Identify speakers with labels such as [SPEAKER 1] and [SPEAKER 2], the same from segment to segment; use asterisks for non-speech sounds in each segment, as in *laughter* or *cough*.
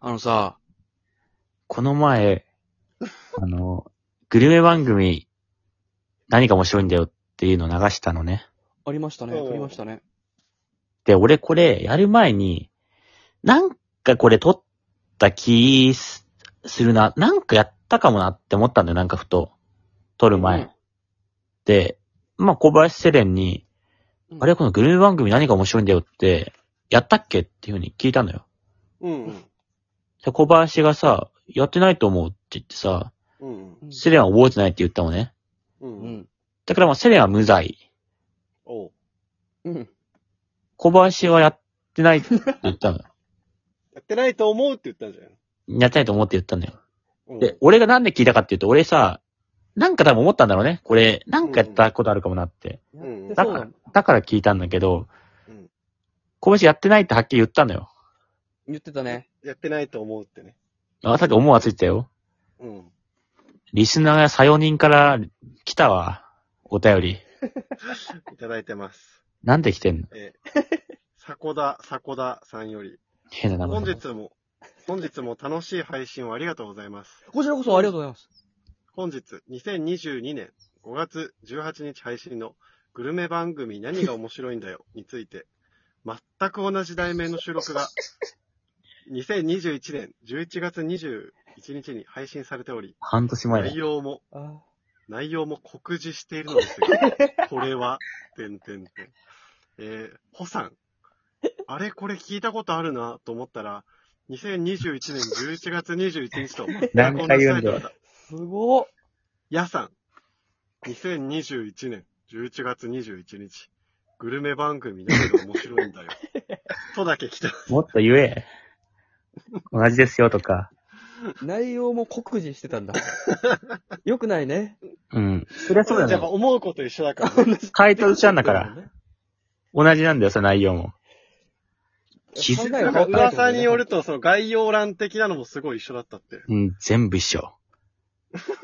[SPEAKER 1] あのさ、
[SPEAKER 2] この前、あの、グルメ番組、何が面白いんだよっていうのを流したのね。
[SPEAKER 1] ありましたね。
[SPEAKER 3] うん
[SPEAKER 1] ありましたね。
[SPEAKER 2] で、俺これやる前に、なんかこれ撮った気すするな、なんかやったかもなって思ったんだよ、なんかふと。撮る前。
[SPEAKER 1] うん
[SPEAKER 2] で、まあ、小林セレンに、
[SPEAKER 1] うん
[SPEAKER 2] あれこのグルメ番組何が面白いんだよって、やったっけっていうふうに聞いたのよ。
[SPEAKER 3] うん。
[SPEAKER 2] で小林がさ、やってないと思うって言ってさ、
[SPEAKER 3] うん。
[SPEAKER 1] うん
[SPEAKER 2] セレンは覚えてないって言ったのね。
[SPEAKER 3] う。
[SPEAKER 1] うんん。
[SPEAKER 2] だからまあ、セレンは無罪。
[SPEAKER 3] おう。
[SPEAKER 1] うん。
[SPEAKER 2] 小林はやってないって言ったのよ。
[SPEAKER 3] やってないと思うって言ったんじゃない
[SPEAKER 2] やってないと思って言ったのよ。
[SPEAKER 3] の
[SPEAKER 2] で、、俺がなんで聞いたかっていうと、俺さ、なんか多分思ったんだろうね。これ、なんかやったことあるかもなって。
[SPEAKER 3] うん
[SPEAKER 1] やって
[SPEAKER 2] だ
[SPEAKER 1] そう
[SPEAKER 2] か
[SPEAKER 1] だ
[SPEAKER 2] ら、だから聞いたんだけど、
[SPEAKER 3] うん
[SPEAKER 2] 小林やってないってはっきり言ったのよ。
[SPEAKER 1] 言ってたね。
[SPEAKER 3] やってないと思うってね。
[SPEAKER 2] あ、さっき思うはついてたよ。
[SPEAKER 3] うん。
[SPEAKER 2] リスナーが4、4人から来たわ。お便り。
[SPEAKER 3] いただいてます。
[SPEAKER 2] なんで来てんの
[SPEAKER 1] *laughs*
[SPEAKER 3] えー迫田、迫田さんより。
[SPEAKER 2] 変な名
[SPEAKER 3] 本
[SPEAKER 2] 前。
[SPEAKER 3] 日も、本日も楽しい配信をありがとうございます。
[SPEAKER 1] こちらこそありがとうございます。
[SPEAKER 3] 本日、2022年5月18日配信のグルメ番組何が面白いんだよについて、全く同じ題名の収
[SPEAKER 1] *laughs*
[SPEAKER 3] 録が、2021年11月21日に配信されており、
[SPEAKER 2] 半年前だ
[SPEAKER 3] 内。容も
[SPEAKER 1] あ
[SPEAKER 3] 内容も酷似している
[SPEAKER 2] *laughs*
[SPEAKER 3] のですが、これは、てんてんてん。えー、ホさん。あれこれ聞いたことあるなと思ったら、2021年11月21日と、
[SPEAKER 2] 何回言うんだよ
[SPEAKER 3] ラコンのサイトだ。
[SPEAKER 1] すごっ。
[SPEAKER 3] ヤさん。2021年11月21日、グルメ番組何が面白いんだよ。
[SPEAKER 2] *laughs*
[SPEAKER 3] とだけ来た。
[SPEAKER 2] もっと言え。同じですよとか。
[SPEAKER 1] 内容も酷似してた *laughs* んだ。よくないね。
[SPEAKER 2] うん。そりゃそうだ
[SPEAKER 3] じゃ
[SPEAKER 2] よ
[SPEAKER 3] あ
[SPEAKER 2] ね。
[SPEAKER 3] 思うこと一緒だから、ね。
[SPEAKER 2] タイトルちゃんだから。。同じなんだよ、その内容も。気づ
[SPEAKER 3] なんか噂によると、その概要欄的なのもすごい一緒だったって。
[SPEAKER 2] うん、全部一緒。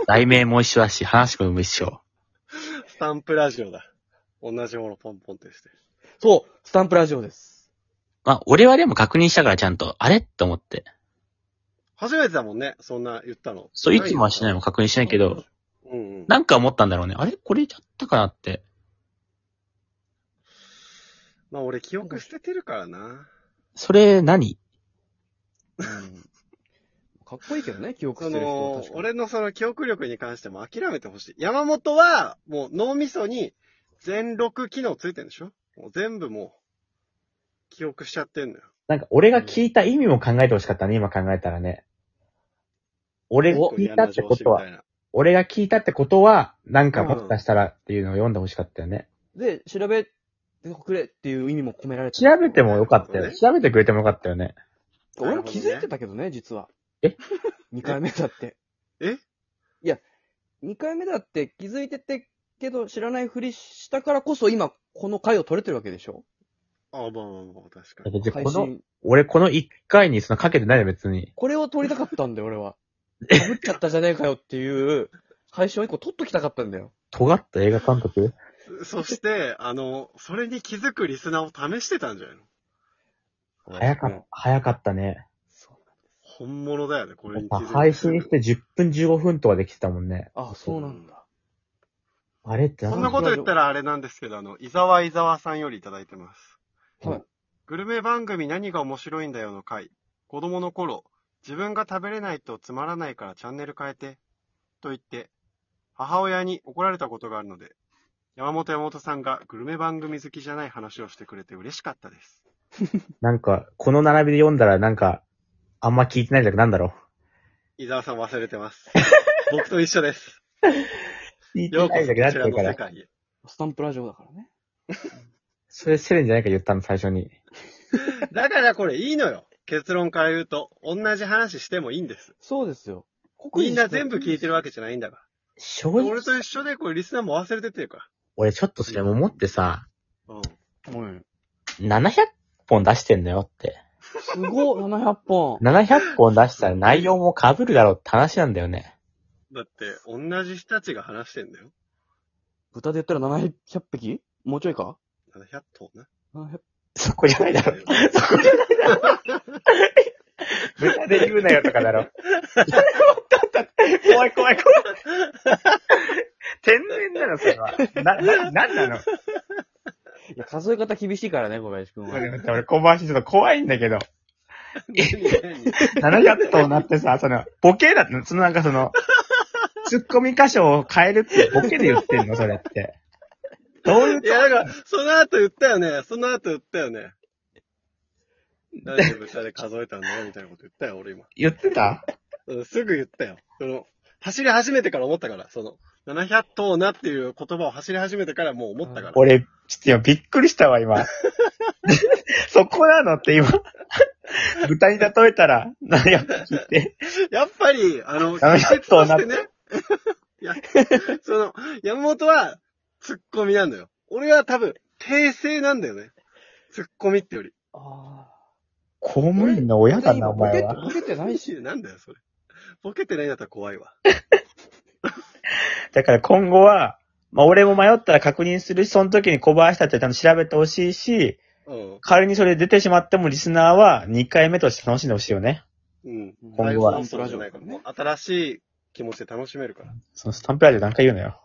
[SPEAKER 2] 題名も一緒だし、話し込みも一緒。
[SPEAKER 3] スタンプラジオだ。同じものポンポンってして。
[SPEAKER 1] そう、スタンプラジオです。
[SPEAKER 2] まあ、俺はでも確認したからちゃんと、あれと思って。
[SPEAKER 3] 初めてだもんね、そんな言ったの。
[SPEAKER 2] そう、いつもはしないもん確認しないけど、
[SPEAKER 3] うんうん。
[SPEAKER 2] なんか思ったんだろうね。あれこれやったかなって。
[SPEAKER 3] まあ俺記憶捨ててるからな。
[SPEAKER 2] それ何、
[SPEAKER 1] かっこいいけどね、記憶
[SPEAKER 3] そ
[SPEAKER 1] してる人は
[SPEAKER 3] の
[SPEAKER 1] 確、かに。
[SPEAKER 3] 俺のその記憶力に関しても諦めてほしい。山本は、もう脳みそに全録機能ついてるんでしょもう全部もう、記憶しちゃってんのよ。
[SPEAKER 2] なんか俺が聞いた意味も考えてほしかったね、今考えたらね。俺が聞いたってことは、
[SPEAKER 3] な。
[SPEAKER 2] 俺が聞いたってことは、なんかもしかしたらっていうのを読んでほしかったよね。
[SPEAKER 1] で、調べてくれっていう意味も込められて
[SPEAKER 2] 調
[SPEAKER 1] る
[SPEAKER 2] べてもよかったよ。調べてくれてもよかったよね。
[SPEAKER 1] 俺も気づいてたけどね、実は。 *laughs*
[SPEAKER 2] え
[SPEAKER 1] ?2 回目だって。
[SPEAKER 3] え
[SPEAKER 1] いや、2回目だって気づいてて、けど知らないふりしたからこそ今、この回を取れてるわけでしょ
[SPEAKER 3] ああ、まあまあまあ、確か
[SPEAKER 2] だっ
[SPEAKER 3] に。
[SPEAKER 2] て別
[SPEAKER 1] 配
[SPEAKER 2] にこの、
[SPEAKER 1] 信。
[SPEAKER 2] 俺この一回にそのかけてないよ、別に。
[SPEAKER 1] これを取りたかったんだよ、俺は。被っちゃったじゃねえかよっていう、配信を1個取っときたかったんだよ。
[SPEAKER 2] 尖った映画監督
[SPEAKER 3] そして、あの、それに気づくリスナーを試してたんじゃないの
[SPEAKER 2] 早かった、早かったね。
[SPEAKER 1] そう
[SPEAKER 3] 本物だよね、これに気づいて。
[SPEAKER 2] 配信して10分15分とかできてたもんね。
[SPEAKER 1] あ、そうなんだ。
[SPEAKER 2] あれって
[SPEAKER 3] そ
[SPEAKER 2] な
[SPEAKER 3] んなん
[SPEAKER 2] か
[SPEAKER 3] こと言ったらあれなんですけど、あの、伊沢伊沢さんよりいただいてます。
[SPEAKER 1] はい。
[SPEAKER 3] グルメ番組何が面白いんだよの回。子供の頃、自分が食べれないとつまらないからチャンネル変えて、と言って、母親に怒られたことがあるので、山本山本さんがグルメ番組好きじゃない話をしてくれて嬉しかったです。
[SPEAKER 2] なんか、この並びで読んだらなんか、あんま聞いてないじゃなんだろ
[SPEAKER 3] 伊沢さん忘れて *laughs* ます。僕と一緒です。
[SPEAKER 2] う。聞いて
[SPEAKER 3] ようこ
[SPEAKER 2] な
[SPEAKER 3] そ
[SPEAKER 2] い
[SPEAKER 3] こ
[SPEAKER 2] じゃ
[SPEAKER 3] ち
[SPEAKER 2] なっ
[SPEAKER 3] ら
[SPEAKER 2] てる
[SPEAKER 3] の
[SPEAKER 2] か
[SPEAKER 3] 世
[SPEAKER 2] ら。
[SPEAKER 3] 界へ。
[SPEAKER 1] スタンプラジオだからね。
[SPEAKER 2] それセレンじゃないか言ったの、最初に。
[SPEAKER 3] だからこれいいのよ。結論から言うと、同じ話してもいいんです。
[SPEAKER 1] そうですよ。国
[SPEAKER 3] みんな全部聞いてるわけじゃないんだから。
[SPEAKER 2] 正
[SPEAKER 3] 俺
[SPEAKER 2] 直、
[SPEAKER 3] と一緒で、これリスナーも忘れてってるか
[SPEAKER 2] 俺ちょっとそれも思ってさ、
[SPEAKER 3] ら。うん。
[SPEAKER 1] うん。
[SPEAKER 2] 700本出してんのよって。
[SPEAKER 1] すごい、700本。
[SPEAKER 2] 700本出したら内容も被るだろうって話なんだよね。
[SPEAKER 3] だって、同じ人たちが話してんだよ。
[SPEAKER 1] 豚で言ったら700匹もうちょいか
[SPEAKER 3] 700頭な。
[SPEAKER 1] ?700
[SPEAKER 3] *laughs*
[SPEAKER 2] そこじゃないだろ。そこじゃないだろ。豚で言うなよとかだろ。
[SPEAKER 1] 怖い怖い怖い。
[SPEAKER 2] 天然なの、それは。な、な、なんなの
[SPEAKER 1] いや、数え方厳しいからね、小林くん
[SPEAKER 2] これ
[SPEAKER 1] は。
[SPEAKER 2] 待って俺小林ちょっと怖いんだけど。
[SPEAKER 3] 何何
[SPEAKER 2] 700頭なってさ、その、ボケだそのなんかその、ツッコミ箇所を変えるってボケで言ってんのそれって。どういう、
[SPEAKER 3] いや、なんか、その後言ったよね。その後言ったよね。なんで豚で数えたんだよみたいなこと言ったよ、俺今。
[SPEAKER 2] 言ってた
[SPEAKER 3] うんすぐ言ったよ。その、走り始めてから思ったから、その、700頭なっていう言葉を走り始めてからもう思ったから。
[SPEAKER 2] 俺、ちょっと今びっくりしたわ、今。 *laughs* そこなのって今。豚に例えたら、700聞いて。
[SPEAKER 3] やっぱり、あの、
[SPEAKER 2] 700頭なっ
[SPEAKER 3] 季節としてね。 *laughs* いや、その、山本は、ツッコミなんだよ。俺は多分、訂正なんだよね。ツッコミってより。
[SPEAKER 1] あ
[SPEAKER 2] 公務員の親だな、
[SPEAKER 1] 今
[SPEAKER 2] お
[SPEAKER 1] ボケ
[SPEAKER 2] 前
[SPEAKER 1] て
[SPEAKER 2] は。
[SPEAKER 1] ボケてないし。
[SPEAKER 3] し、なんだよ、それ。ボケてないんだったら怖いわ。
[SPEAKER 2] だから今後は、まあ俺も迷ったら確認するし、その時に小林たちはちゃんと調べてほしいし、
[SPEAKER 3] うん。
[SPEAKER 2] 仮にそれ出てしまってもリスナーは2回目として楽しんでほしいよね。
[SPEAKER 3] うん。
[SPEAKER 2] 今後は
[SPEAKER 3] 大放送じゃないからもう新しい気持ちで楽しめるから。
[SPEAKER 2] そのスタンプラリー何回言うのよ。